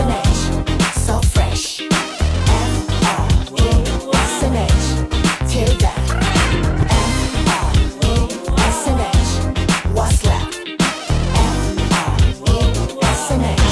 So fresh, F-R-E-S-N-H, till the F-R-E-S-N-H, what's left? F-R-E-S-N-H.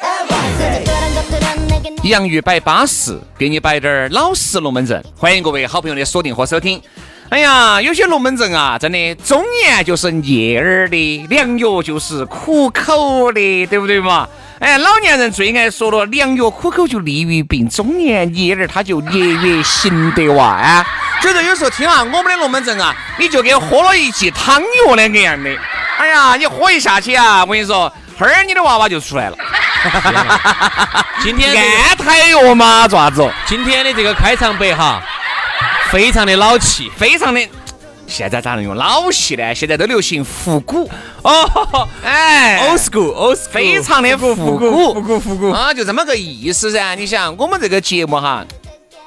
Everything. 洋芋摆巴适，给你摆点儿老实龙门阵。欢迎各位好朋友的锁定和收听。哎呀，有些龙门阵啊，真的忠言就是逆耳的，良药就是苦口的，对不对嘛？哎，老年人最爱说了，良药苦口就利于病，忠言逆耳他就逆于行得哇啊！所以说有时候听啊，我们的龙门阵啊，你就跟喝了一剂汤药两个样的。哎呀，你喝一下去啊，我跟你说，后儿你的娃娃就出来了，今天这安胎药嘛，爪子。今天的这个开场白哈，非常的老气。非常的。现在咋能用老戏呢？现在都流行复古，哦哎，old school，old school，非常的复复古，古，复古，复古。啊，就这么个意思噻。你想，我们这个节目哈，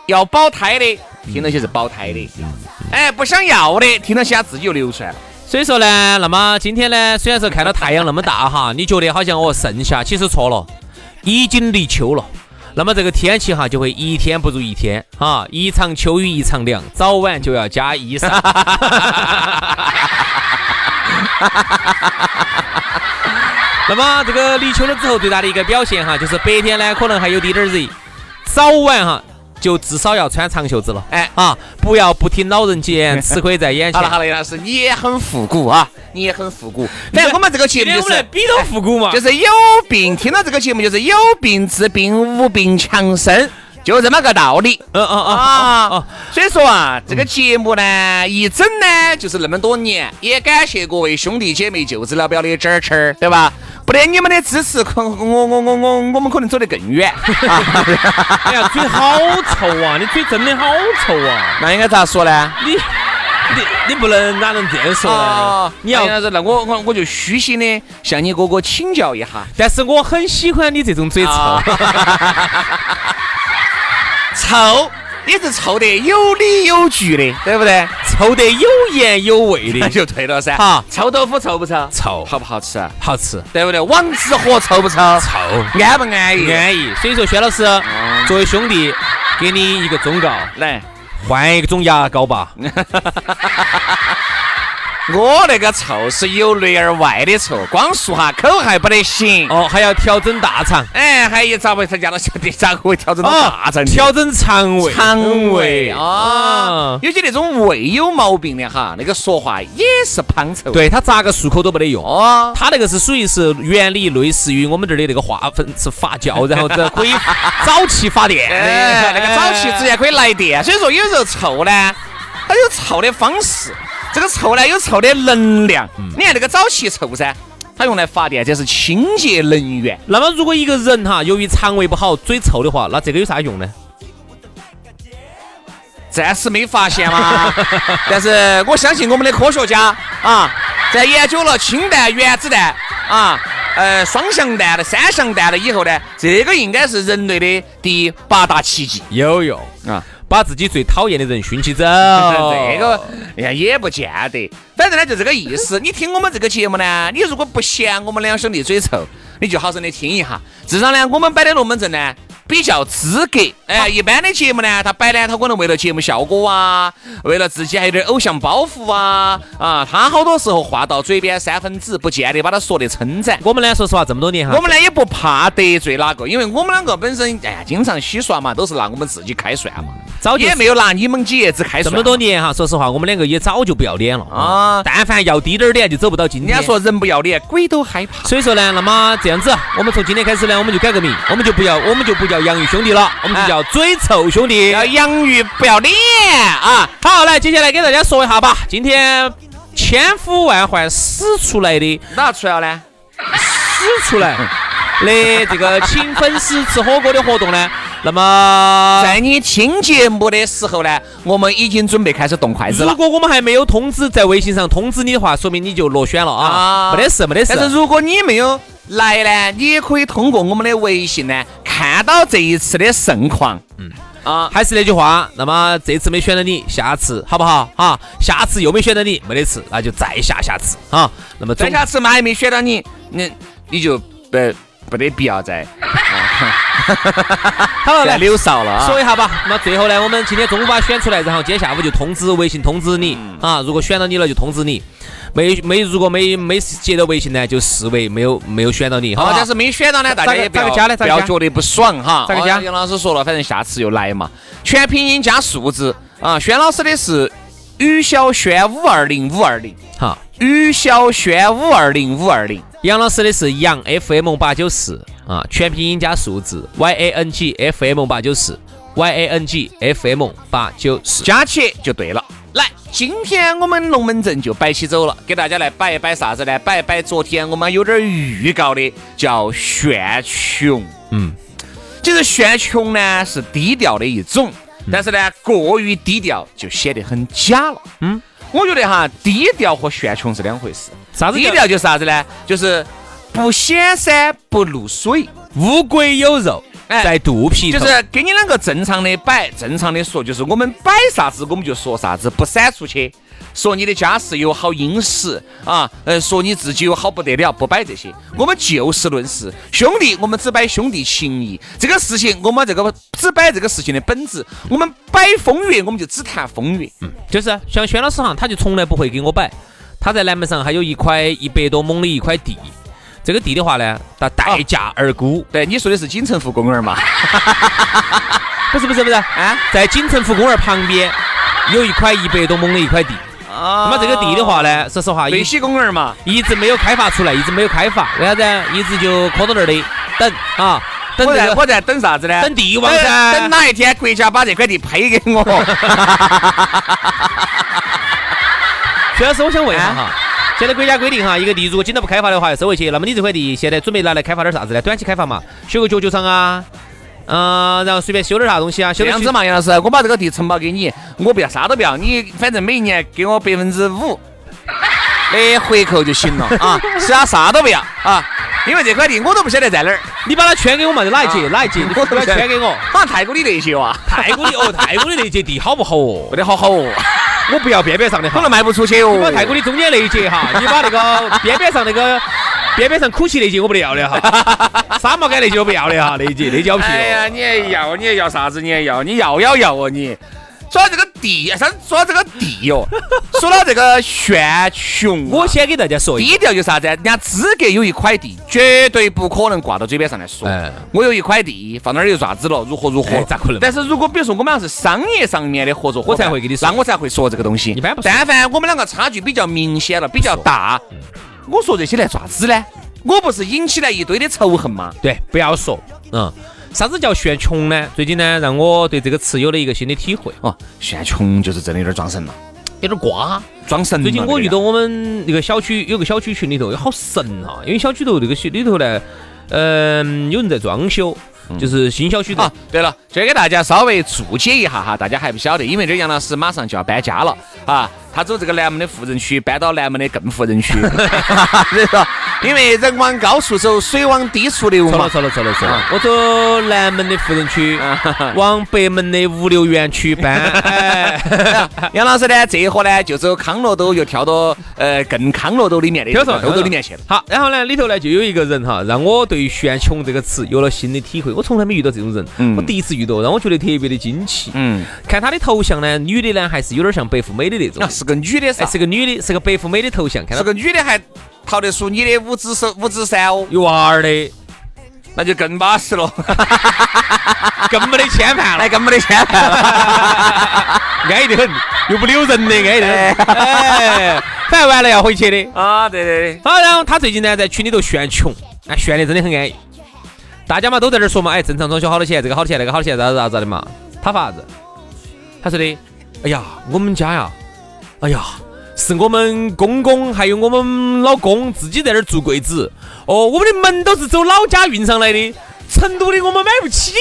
要保胎的听到些是保胎的，嗯哎，不想要的听到些自己又流出来了。所以说呢，那么今天呢，虽然说看到太阳那么大哈，你觉得好像哦盛夏，其实错了，已经立秋了。那么这个天气哈，就会一天不如一天啊，一场秋雨一场凉，早晚就要加衣裳。 那么这个立秋了之后，最大的一个表现哈，就是白天呢可能还有滴点儿热，早晚哈就至少要穿长袖子了。哎啊，不要不听老人言，吃亏在眼好前。了好了，杨老师，你也很复古啊，你也很复古。反正我们这个节今目天就我们来是。比到复古啊嘛，就是有病，听到这个节目就是有病治病，无病强身，就这么个道理。嗯嗯嗯嗯嗯啊，所以说啊，这个节目呢，一整呢就是那么多年，也感谢各位兄弟姐妹、舅子老表的支持，对吧？不得你们的支持，可我我我我我我们可能走得更 远。哎呀，嘴好臭啊！你嘴真的好臭啊！那应该咋说呢？你你你不能哪能这样说啊呢？，你要，那那我我我就虚心的向你哥哥请教一下。但是我很喜欢你这种嘴臭。啊臭，你是臭得有理有据的，对不对？ 臭得有盐有味那的，就对了噻。好臭豆腐臭不臭？臭好不好吃？好吃，对不对？王致和臭不臭？臭，安不安逸？安逸。所以说，薛老师作为兄弟，给你一个忠告，来，换一种牙 膏吧。我那个臭是由内而外的臭，光漱下口还不得行。哦，还要调整大肠，哎，还有咋不他家到弟咋个会调整到哦哦大肠？调整肠胃，哦肠胃啊嗯，有些那种胃有毛病的哈，那个说话也是胖臭。对它咋个漱口都没得用。哦，它那个是属于是原理类似于我们这儿的那个化粪是发酵，然后这可 以早期发电哎，那个沼气直接可以来电。所以说，有时候臭呢，它有臭的方式，这个臭呢有臭的能量。嗯你看那个沼气臭噻，它用来发电，这是清洁能源。那么如果一个人哈，由于肠胃不好、嘴臭的话，那这个有啥用呢？暂时没发现嘛， 但是我相信我们的科学家啊，在研究了氢弹、原子弹啊。呃，双向弹的、三相弹的，以后呢，这个应该是人类的第八大奇迹有用，啊！。把自己最讨厌的人熏起 走这哦个 哎呀也不见得，反正呢就这个意思。你听我们这个节目呢，你如果不嫌我们两兄弟嘴臭，你就好生的听一下。至少呢，我们摆的龙门阵呢，比较资格。哎，一般的节目呢，他摆呢，他可能为了节目效果啊，为了自己还有点偶像包袱啊，啊，他好多时候话到嘴边三分纸，不见得把它说得称赞。我们呢，说实话，这么多年哈，我们呢也不怕得罪哪个，因为我们两个本身哎呀经常洗刷嘛，都是拿我们自己开涮嘛，早就也没有拿你们几爷子开这涮。么多年哈，说实话，我们两个也早就不要脸了啊但凡要低点儿脸，就走不到今人天。家说人不要脸，鬼都害怕。所以说呢，那么这样子，我们从今天开始呢，我们就改个啊名，我们就不要，我们就不叫洋芋兄弟了，我们就叫嘴臭兄弟。要养鱼不要脸啊！好，来，接下来给大家说一下吧，今天千呼万唤始出来的，哪出来了呢？始出来 的这个请粉丝吃火锅的活动呢，那么。在你听节目的时候呢，我们已经准备开始动筷子如了。果我们还没有通知，在微信上通知你的话，说明你就落选了啊！啊没得事，没得事。但是如果你没有来呢，你也可以通过我们的微信呢，看到这一次的盛况。嗯啊，还是那句话，那么这次没选到你，下次好不好？哈，下次又没选到你，没得次，那就再下下次啊。那么总再下次嘛还没选到你，你你就不不得必要再好了，再来柳梢了啊说。一下吧。那么最后呢，我们今天中午把它选出来，然后今天下午就通知微信通知你嗯啊。如果选到你了，就通知你。没没，如果没没接到微信呢，就视为没有没有选到你，好好吧？，但是没选到呢，大家也不咋要啊个加呢咋不个加要觉得不爽哈。咋个加哦杨老师说了，反正下次又来嘛，全拼音加数字啊。轩老师的是于小轩五二零五二零，哈，于小轩五二零五二零。杨老师的是杨 FM 八九四啊，全拼音加数字 Y A N G F M 八九四 Y A N G F M 八九四。加起就对了。来，今天我们龙门阵就摆起走了，给大家来摆一摆啥子呢？摆一摆昨天我们有点预告的，叫炫穷。嗯，其实炫穷呢是低调的一种，嗯但是呢过于低调就显得很假了。嗯，我觉得哈，低调和炫穷是两回事。啥子低叫调就是啥子呢？就是不显山不露水。乌龟有肉哎在肚皮头，就是给你两个正常的摆，正常的说，就是我们摆啥子我们就说啥子，不闪出去。说你的家世有好殷实啊，呃，说你自己有好不得了，不摆这些，我们就事论事。兄弟，我们只摆兄弟情谊这个事情，我们这个只摆这个事情的本质。我们摆风月，我们就只谈风月。嗯就是啊像轩老师哈，他就从来不会给我摆。他在南门上还有一块一百多亩的一块地，这个地的话呢，他待价而沽。对，你说的是锦城湖公园嘛？不是不是不是啊，在锦城湖公园旁边有一块一百多亩的一块地。啊那么这个地的话，呢，说实话，一北溪公园嘛，一直没有开发出来，一直没有开发，为啥子啊？一直就搁到那儿的等啊，等我这在个我哎在等啥子呢？等帝王噻等等哪一天国家把这块地配给我。薛老师，我想问一下啊哈，现在国家规定哈，一个地如果经常不开发的话，要收回去。那么你这块地现在准备拿来开发点啥子呢？短期开发嘛，修个脚球场啊，嗯、然后随便修点啥东西啊，修这点样子嘛，杨老师，我把这个地承包给你，我不要啥都不要，你反正每一年给我百分之 五的回扣就行了啊，其他啥都不要啊，因为这块地我都不晓得在哪儿，你把它圈给我嘛，就哪一节哪一节，你我把都不它晓得圈给我。好像泰国的那些哇，泰国的哦，泰国的那节地好不好哦不？得好好 哦，我不要边边上的可哈，能卖不出去你把哦。泰国的中间那一节 哈，你把那个边边上那个边边上苦奇那节我不要 的哈，沙漠感那节我不要的哈，那一节那节我不去哦。哎呀，你也要，你也要啥子？你也要，你要要要哦你。说到这个地，啥？说到这个地哦，说到这个 炫穷啊，我先给大家说一下，低调就是啥子？人家资格有一块地，绝对不可能挂到嘴边上来说。哎我有一块地，放那儿又啥子了？如何如何？哎咋可能但是如果比如说我们俩是商业上面的合作伙我伴，才会给你说那我才会说这个东西。一般不说但凡我们两个差距比较明显了，比较大，我说这些来爪子呢？我不是引起来一堆的仇恨吗？对，不要说，嗯，啥子叫炫穷呢？最近呢，让我对这个词有了一个新的体会，哦，炫穷就是真的有点装神了，有点瓜。装神了。最近我遇这个到我们那个小区有个小区群里头，好神啊！因为小区头这个里头呢，嗯，有人在装修，就是新小区头 啊。，对了，这给大家稍微注解一下哈，大家还不晓得，因为这杨老师马上就要搬家 了啊，他走这个南门的富人区，搬到南门的更富人区，所以说因为人往高处走，水往低处流错了嘛。错了错了错了，我走南门的富人区，往北门的五六园区搬。 哎，杨老师呢，这一伙呢就走康乐都，又跳到呃更康乐都里面的听 说漏斗里面去了。好，然后呢，里头呢就有一个人哈，让我对于“炫穷”这个词有了新的体会。我从来没遇到这种人，我第一次遇到，让我觉得特别的惊奇。嗯，看她的头像呢，女的呢还是有点像白富美的那种啊，，是个女的噻哎，，是个女的，是个白富美的头像，看是到个女的还逃得出你的五指手五指山哦，有娃儿的，那就更巴适了， 更没得牵哎绊了那，更没得牵绊了。安逸得很，又不留人的，安逸得很。哎，反正完了要回去的。啊，对对对，好，然后他最近呢在群里头炫穷，哎，炫的真的很安逸。大家嘛都在这儿说嘛，哎，正常装修好多钱，这个好多钱，那个好多钱，咋咋咋咋的嘛。他发啥子？他说的，哎呀，我们家呀，哎呀，是我们公公还有我们老公自己在那儿做柜子，哦，我们的门都是走老家运上来的，成都的我们买不起。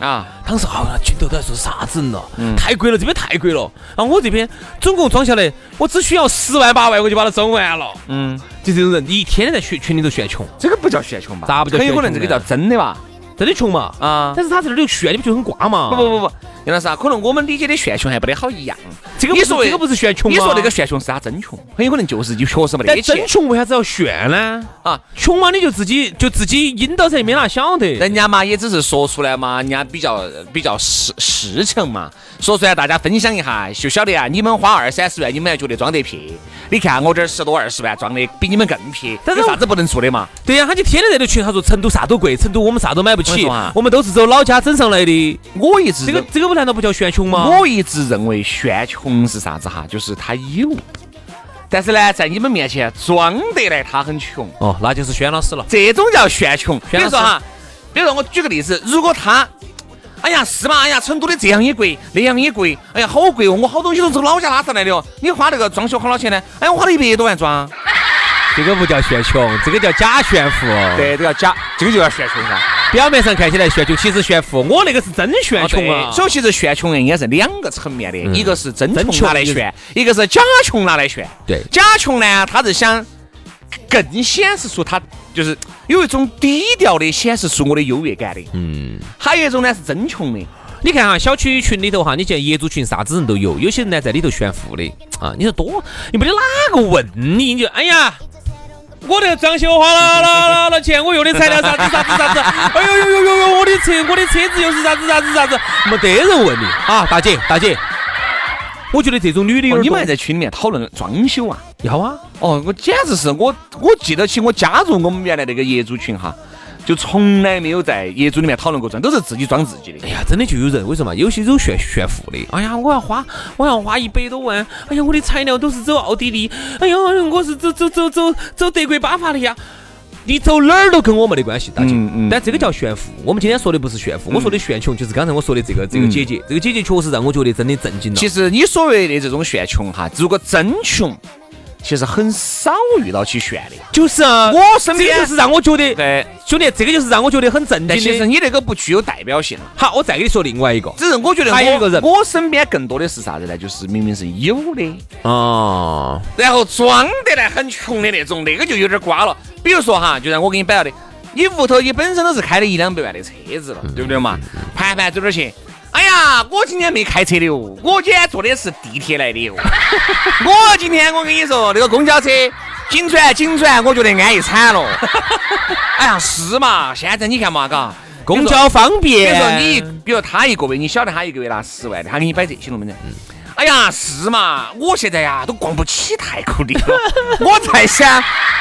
啊，当时好像群头都在说啥子人了，嗯太贵了，这边太贵了。然后我这边总共装下来，我只需要十万八万，我就把它装完了。嗯，就这种人，你一天天在群群里头炫穷，这个不叫炫穷吧？咋不叫很有可炫能穷这个呢叫真的吧？真的穷嘛？啊，但是他这里头炫，你不觉得很瓜嘛？不不，不不，杨老师啊，可能我们理解的炫穷还不得好一样。这个你不是说这个不是炫穷吗？你说那个炫穷是他真穷，很有可能就是你确实没但得钱真穷为啥子要炫呢？啊。穷嘛，你就自己就自己引导噻，没哪晓得。人家嘛也只是说出来嘛，人家比较比较实实诚嘛，说出来大家分享一下，就晓得啊。你们花二三十万，你们还觉得装得撇？你看我这儿十多二十万装的比你们更撇，但是有我啥子不能做的嘛？对呀、他就天天在那群，他说成都啥都贵，成都我们啥都买不我起说啊，我们都是走老家整上来的。我一直这个认这个不难道不叫炫穷吗？我一直认为炫穷是啥子哈，就是他有，但是呢，在你们面前装得来他很穷，哦，那就是轩老师了。这种叫炫穷。比炫如老师说哈，比如说我举个例子，如果他，哎呀是嘛，哎呀成都的这样也贵，那样也贵，哎呀好贵哦，我好东西都是从老家拉上来的哦。你花那个装修花多少钱呢？哎呀，我花了一百多万装。这个不叫炫穷，这个叫假炫富。，对，这个假，这个就叫炫穷噻。表面上看起来炫穷，其实炫富。我那个是真哦炫穷啊。嗯所以其实炫穷人应该是两个层面的，一个是真真穷穷拿来一个是炫，一个是假穷拿来炫。对假穷呢，他是想更显示出他就是有一种低调的显示出我的优越感的。嗯。还有一种呢是真穷的，哦你看哈，小区群里头哈，你见业主群啥子人都有，有些人呢在里头炫富的啊，你说多，你没得哪个问你，你就哎呀。我这个装修花了啦啦啦钱，我用的材料啥子啥子啥子，哎呦呦呦呦呦，我的车我的车子又是啥子啥子啥子，没得人问你啊，大姐大姐，我觉得这种女的有哦点你们还多在群里面讨论装修啊？要啊，哦，我简直是我，我记得起我加入我们原来那个业主群哈，就从来没有在业主里面讨论过装，都是自己装自己的哎。呀，真的就有人，为什么？有些有炫炫富的，哎呀，我要花，我要花一百多万，哎呀，我的材料都是走奥地利，哎呀，我是走走走走走德国巴伐利亚。你走哪儿都跟我没得关系，大姐。嗯嗯但这个叫炫富。我们今天说的不是炫富，我说的炫穷就是刚才我说的这个这个姐姐，这个姐姐确实让我觉得真的震惊了。嗯其实你所谓的这种炫穷哈，如果真穷，其实很少遇到去炫的。就是啊，我身这边个就是让我觉得，对，兄弟，这个就是让我觉得很震但其惊实的。你那个不具有代表性。好，我再给你说另外一个。只是我觉得我还有一个人我身边更多的是啥子呢？就是明明是有的，哦，然后装得来很穷的那种，那个就有点瓜了。比如说哈，就像我给你摆了的，你屋头你本身都是开了一两百万的车子了，嗯对不对嘛？盘盘走点去。哎呀，我今天没开车的哦，我今天坐的是地铁来的哦。 我今天我跟你说，那个公交车紧转紧转，我觉得安逸惨了。哦哎呀，是嘛？现在你看嘛，嘎，公交方比如便。说你，比如他一个月，你晓得他一个月拿十万的，他给你摆这些龙门阵。嗯哎呀，是嘛？我现在呀都逛不起太古里 了。我在想，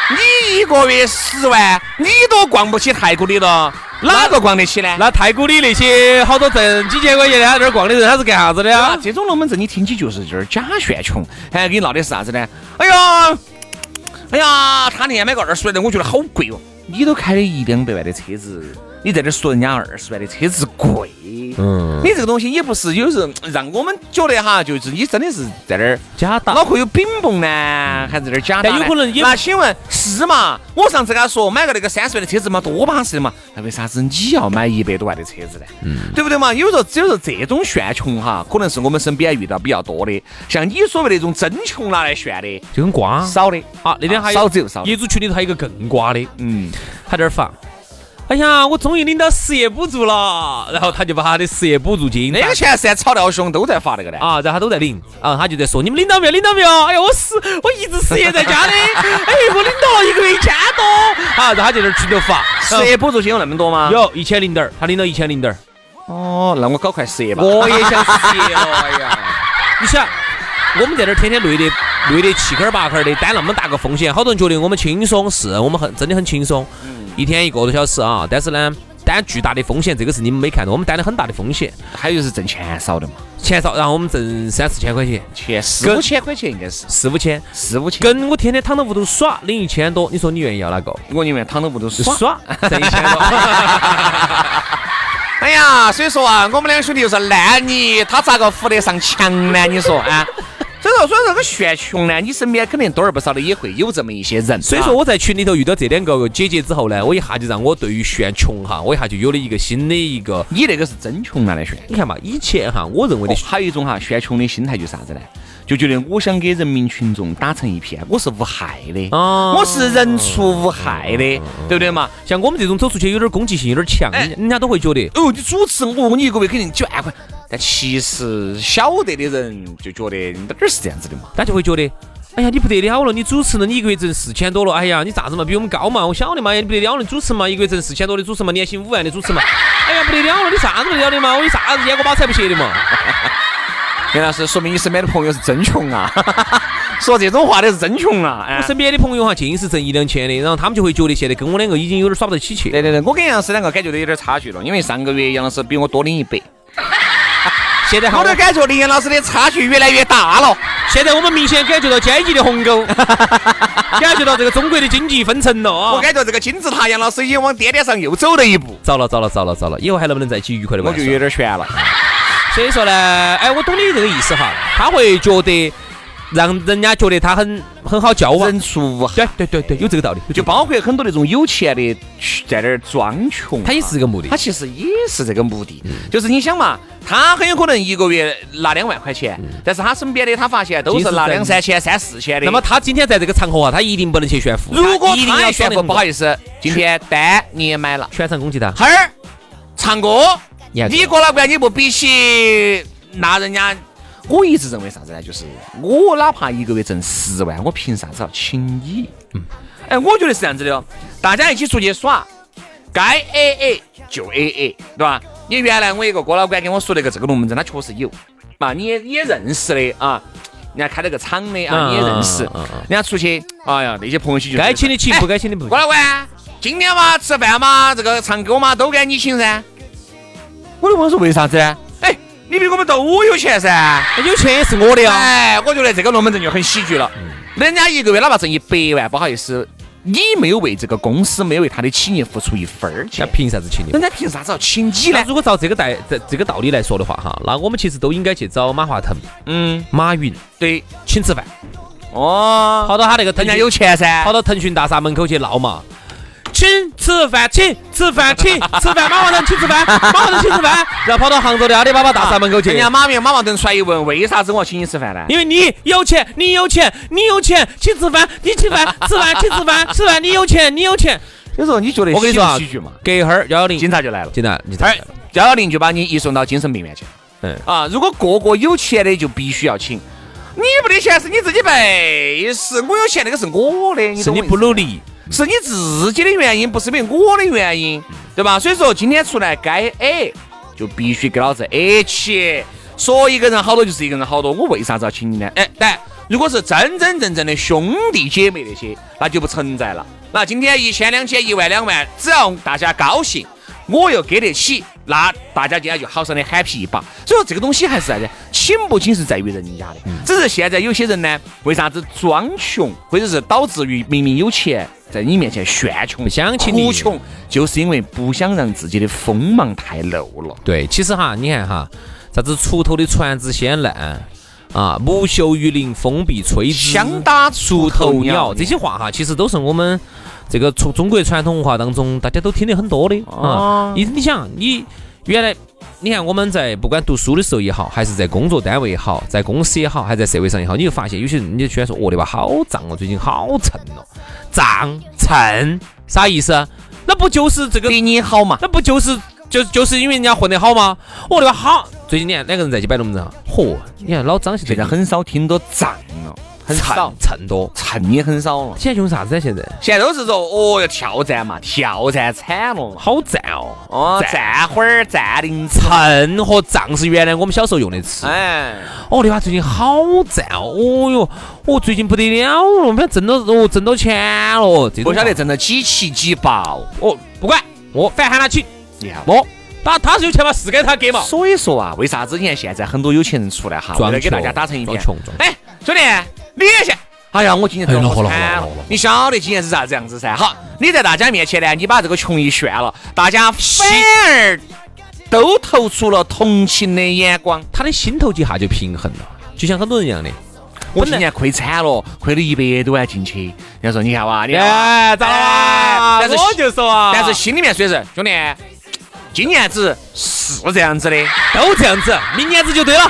你一个月十万，你都逛不起太古里了，哪个逛得起呢？那太古里那些好多挣几千块钱的，他在那儿逛的人，他是干啥子的啊啊，？这种龙门阵你听起就是就是假炫穷，还给你闹的是啥子呢？哎呀，哎呀，他那天买个二十万的，我觉得好贵哦。你都开了一两百万的车子，你在这说人家二十万的车子贵，对。嗯，你这个东西也不是有人让我们觉得哈，就是你真的是在那儿假打脑壳有饼蹦呢，还是有点假打呢。啊嗯但有可能也那请问是嘛？我上次跟他说买个那个三十万的车子嘛，多巴适的嘛，那为啥子你要买一百多万的车子呢？嗯对不对嘛？有时候只有时候这种炫穷哈，可能是我们身边遇到比较多的，像你所谓那种真穷拿来炫的，就跟瓜少的。啊，那天还有少之又少业主群里头还有一个更瓜的，嗯，他在那儿发。哎呀，我终于领到失业补助了， 然后他就把他的失业补助金那个全是吵得好凶，都在发那个的。哎啊，然后他都在领，啊，他就在说你们领到没有？领到没有？哎呀，我失，我一直失业在家的， 哎，我领到了一个月一千多，啊，然后他就在那儿群头发，失业补助金有那么多吗？嗯。有一千零点儿，他领到一千零点儿，哦，那我搞块失业吧。我也想失业了，哎呀，你想，我们在这儿天天累得累得七坑八坑的，担那么大个风险，好多人觉得我们轻松，是我们很真的很轻松，一天一个多小时啊，但是呢，担巨大的风险，这个是你们没看到，我们担了很大的风险，还有就是挣钱少的嘛，钱少，然后我们挣三四千块钱，钱四五千块钱应该是四五千。四五千。跟我天天躺到屋头耍，领一千多，你说你愿意要哪个？我宁愿躺到屋头耍。耍挣一 千多，哎呀，所以说啊，我们两兄弟就是烂泥，他咋个扶得上墙呢？你说啊？所以说，所以说这个炫穷呢，你身边肯定多而不少的也会有这么一些人。所以说我在群里头遇到这两个 姐姐之后呢，我一下就让我对于炫穷哈，我一下就有了一个新的一个。你那个是真穷拿来炫。你看嘛，以前哈，我认为的哦，还有一种哈炫穷的心态就是啥子呢？就觉得我想给人民群众打成一片，我是无害的，哦我是人畜无害的，对不对嘛？像我们这种走出去有点攻击性、有点强，哎人人家都会觉得哦，你主持我，你一个月肯定几万块，但其实晓得的人就觉得哪儿是这样子的嘛？他就会觉得，哎呀，你不得了了，你主持了，你一个月挣四千多了，哎呀，你咋子嘛，比我们高嘛，我晓得嘛，哎呀你不得了了，你主持嘛，一个月挣四千多的主持嘛，年薪五万的主持嘛，哎呀，不得了了，你啥子不得了的嘛，我有啥子烟锅巴踩不斜的嘛，袁老师，说明你身边的朋友是真穷 啊！说这种话的是真穷啊！哎我，身边的朋友哈，尽是挣一两千的，然后他们就会觉得现在跟我两个已经有点耍不到起去。对对对，我跟杨老师两个感觉都有点差距了，因为上个月杨老师比我多领一百，现在哈我，都感觉离杨老师的差距越来越大了。现在我们明显感觉到阶级的鸿沟，感觉到这个中国的经济分层了我啊！感觉这个金字塔杨老师已经往颠颠上又走了一步，糟了糟了糟了糟了，以后还能不能在一起愉快的我玩就耍？有点悬了。所以说呢，哎，我懂你这个意思哈，他会觉得让人家觉得他很很好交往。人畜无害，对对对对，有这个道理。就包括很多那种有钱的在那儿装穷，啊他也是这个目的他。嗯其实也是这个目的，就是你想嘛，他很有可能一个月拿两万块钱，但是他身边的他发现都其实是拿真两三千、三四千的。那么他今天在这个场合啊，他一定不能去炫富。如果他一定他要也炫富，不好意思，今天单你也买了，全场攻击他。哈儿唱歌，你还你过了关你不比起那人家。我一直认为啥子呢？就是我哪怕一个月挣十万，我凭啥子要请你？嗯，哎，我觉得是这样子的哦，大家一起出去耍，该 A A 就 A A，对吧？你原来我一个哥老倌跟我说那个这个龙门阵，他确实有，嘛，你也你也认识的啊，人家开了个厂的啊，你也认识，嗯嗯嗯嗯人家出去，哎呀，那些朋友圈就该请的请，哎不该请的不郭。老倌，今天嘛吃饭嘛，这个唱歌嘛都该你请噻。我的朋友说为啥子呢？哎，你比我们都有钱噻。有钱也是我的呀。哎，我觉得这个龙门阵就很喜剧了。人家一个月哪怕挣一百万，不好意思，你没有为这个公司，没有为他的企业付出一分儿那钱，凭啥子请你？人家凭啥子要请你那呢？如果照这个代这这个道理来说的话，哈，那我们其实都应该去找马化腾、嗯，马云对，请吃饭，哦，跑到他那个腾人家讯有钱噻跑。到腾讯大厦门口去闹嘛。请吃饭，请吃饭，请吃饭，马化腾请吃饭，马化腾请吃饭，然后跑到杭州的阿里巴巴大厦门口去人。家马云马化腾出来一问，为啥子我要请你吃饭呢？因为你有钱，你有钱，你有钱，请吃饭，你吃饭，吃饭，请吃饭，吃饭，你有钱，你有钱。所以说你觉得我跟你说啊喜不喜剧嘛，，隔一会儿幺幺零，警察就来了。警察，你哎，幺幺零就把你移送到精神病院去。嗯啊，如果个个有钱的就必须要请，你没得钱是你自己背时，我有钱那个是我的，你是懂你我意思不努力，是你自己的原因，不是因为我的原因，嗯对吧？所以说今天出来该 A 就必须给老子 A 起，说一个人好多就是一个人好多，我为啥子要请你呢？哎，但如果是真真正正的兄弟姐妹那些，那就不存在了。那今天一千、两千、一万、两万，只要大家高兴，我又给得起，那大家今天就好生的 happy 一把。所以说这个东西还是啥子？请不请是在于人家的，只是现在有些人呢，为啥子装穷，或者是导致于明明有钱，在你面前炫穷、不想请你哭穷，就是因为不想让自己的锋芒太露了。对，其实哈，你看哈，啥子锄头的船子先烂啊，木秀于林，风必摧之。枪打锄出头头鸟鸟，这些话哈，其实都是我们这个从中国传统文化当中大家都听得很多的嗯哦啊。你你想，你原来你看我们在不管读书的时候也好，还是在工作单位也好，在公司也好，还在社会上也好，你就发现有些人你就居然说，哦，那娃好胀哦，最近好蹭哦，胀蹭啥意思啊？那不就是这个比你好嘛。那不就是就就是因为人家混得好吗？我的妈好！最近你看两个人在一起摆龙门阵啊，嚯，你看老张现现在在很少听到胀了，很少，蹭多，蹭也很少了。现在用啥子啊？现在现在都是说哦要跳站嘛，跳站惨了嘛。好赞哦，哦，赞站会儿站零次。蹭和胀是原来我们小时候用的词。哎，哦，你妈最近好赞哦，哦哟，我最近不得了了，我们挣到哦挣到钱了，哦这种不晓得挣到几期几爆。哦，不管我反正喊他起，你看我他他是有钱嘛，是该他给嘛。所以说啊，为啥子你看现在很多有钱人出来哈，为装了给穷大家打成一片，装穷装哎，兄弟，你也去。哎呀，我今年哎真的好了惨好了好了好了你晓得今年是啥子样子噻？好，你在大家面前呢，你把这个穷一炫了，大家反而都投出了同情的眼光。他的心头一下就平衡了，就像很多人一样的。我本来今年亏惨了，亏了一百多万进去。人家说你看哇，你看哇哎，咋啦？哎但是我就说啊，但是心里面虽然是兄弟，今年子是这样子的。都这样子，明年子就对了。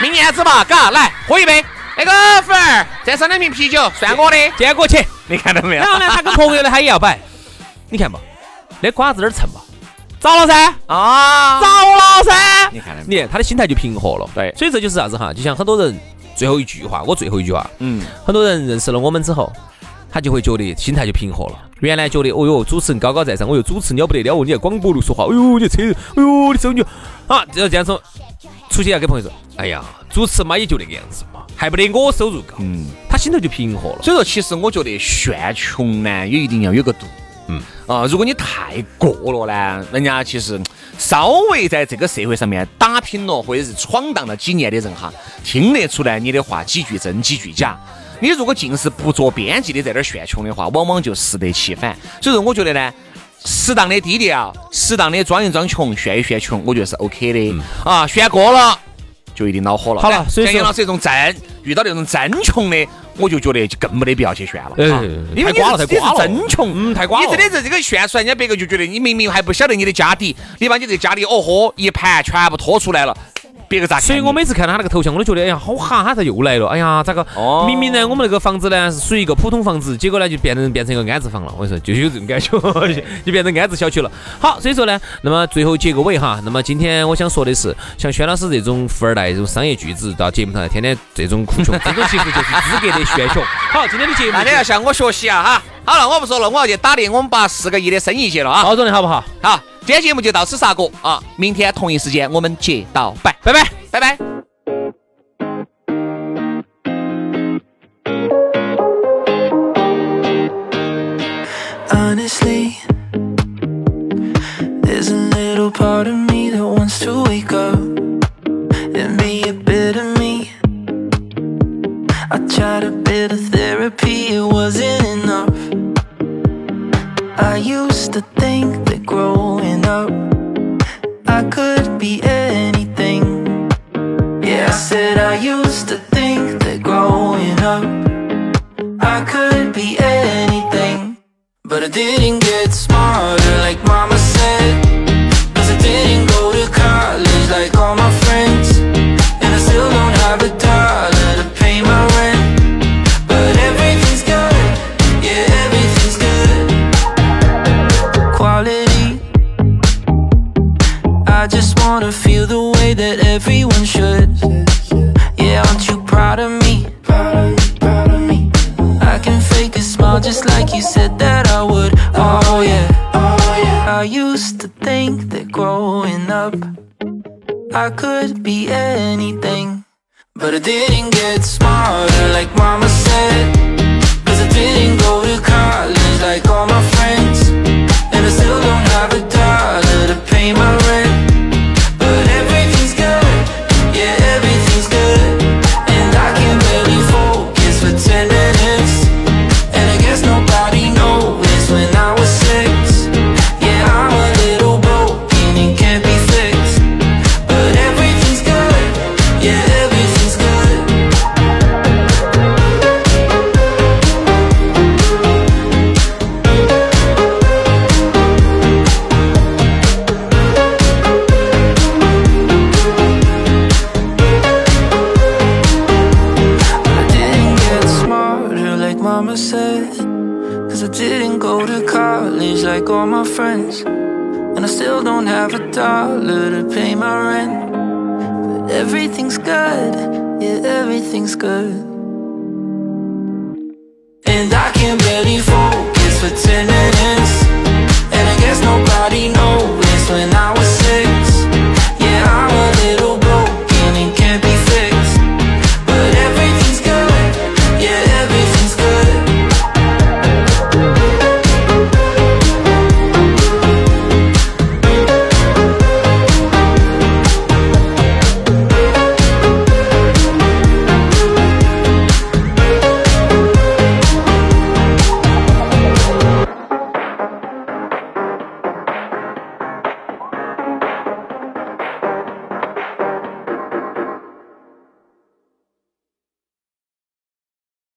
明年子嘛，嘎，来喝一杯。那个粉儿，再上两瓶啤酒，算我的。今天过去， 你看到没有然后呢，他跟朋友呢，他也要摆，你看嘛，那瓜子儿蹭嘛，咋了噻？啊咋了噻？你看到没有？你看他的心态就平和了。对所以这就是啥子哈？就像很多人最后一句话，我最后一句话，嗯，很多人认识了我们之后，他就会觉得心态就平和了。原来觉得，哦哟，主持人高高在上，哦哟，主持人了不得了哦，你在广播里说话，哦哟，你车，哎呦，你手你就啊，只要这样说，出去要跟朋友说，哎呀，主持嘛也就那个样子嘛，还不得我收入高，嗯，他心头就平和了。所以说，其实我觉得炫穷呢，也一定要有个度。嗯啊，如果你太过了呢，人家其实稍微在这个社会上面打拼了，或者是闯荡了几年的人哈，听得出来你的话几句真几句假。你如果尽是不着边际的在那儿炫穷的话，往往就适得其反。所以说，我觉得呢，适当的低调，适当的装一装穷，炫一炫穷，我觉得是 OK 的。啊，炫过了。就一定恼火了。嗯好了但所以说像杨老师这种真遇到那种真穷的，我就觉得就更没得必要去炫了。哎啊因为太瓜了你是太瓜了你是真穷，嗯太瓜了你真的是这个炫出来，人家别个就觉得你明明还不晓得你的家底，你把你这家底哦豁一盘全部拖出来了，别个咋看你？所以我每次看到他那个头像，我都觉得，哎呀，好哈，他咋又来了？哎呀，咋个？哦明明呢，我们那个房子呢是属于一个普通房子，结果呢就变成变成一个安置房了。我跟你说，就有这种感觉， 就变成安置小区了。 好，所以说呢，那么最后结个尾哈，那么今天我想说的是，像轩老师这种富二代这种商业巨子，到节目上来天天这种哭穷，这种其实就是资格的炫穷。好，今天的节目大就家要向我学习啊哈！好了，我不说了，我要去打猎，我们把四个亿的生意去了啊！包装的好不好？好，今天节目就到此杀过啊！明天同一时间我们接到拜，拜拜，拜拜。 Honestly, there's a little part of me that wants to wake up and be a bit of me. I tried a bit of therapy, it wasn't enough. I used to think that growing up, I could be anything. Yeah, I said I used to think that growing up, I could be anything. But I didn't get smarter like mama said Cause I didn't go to college like all my friends And I still don't have a dollar to pay my rent But everything's good, yeah everything's good Quality I just wanna feel the way that everyone should Yeah, aren't you proud of me? Proud of me I can fake a smile just like you said that I would. Oh yeah. Oh yeah. I used to think that growing up I could be anything. But I didn't get smarter like mama said. Cause I didn't go to college like all my friends. And I still don't have a dollar to friends, and I still don't have a dollar to pay my rent. But everything's good, yeah, everything's good. And I can barely focus for 10 minutes. And I guess nobody knows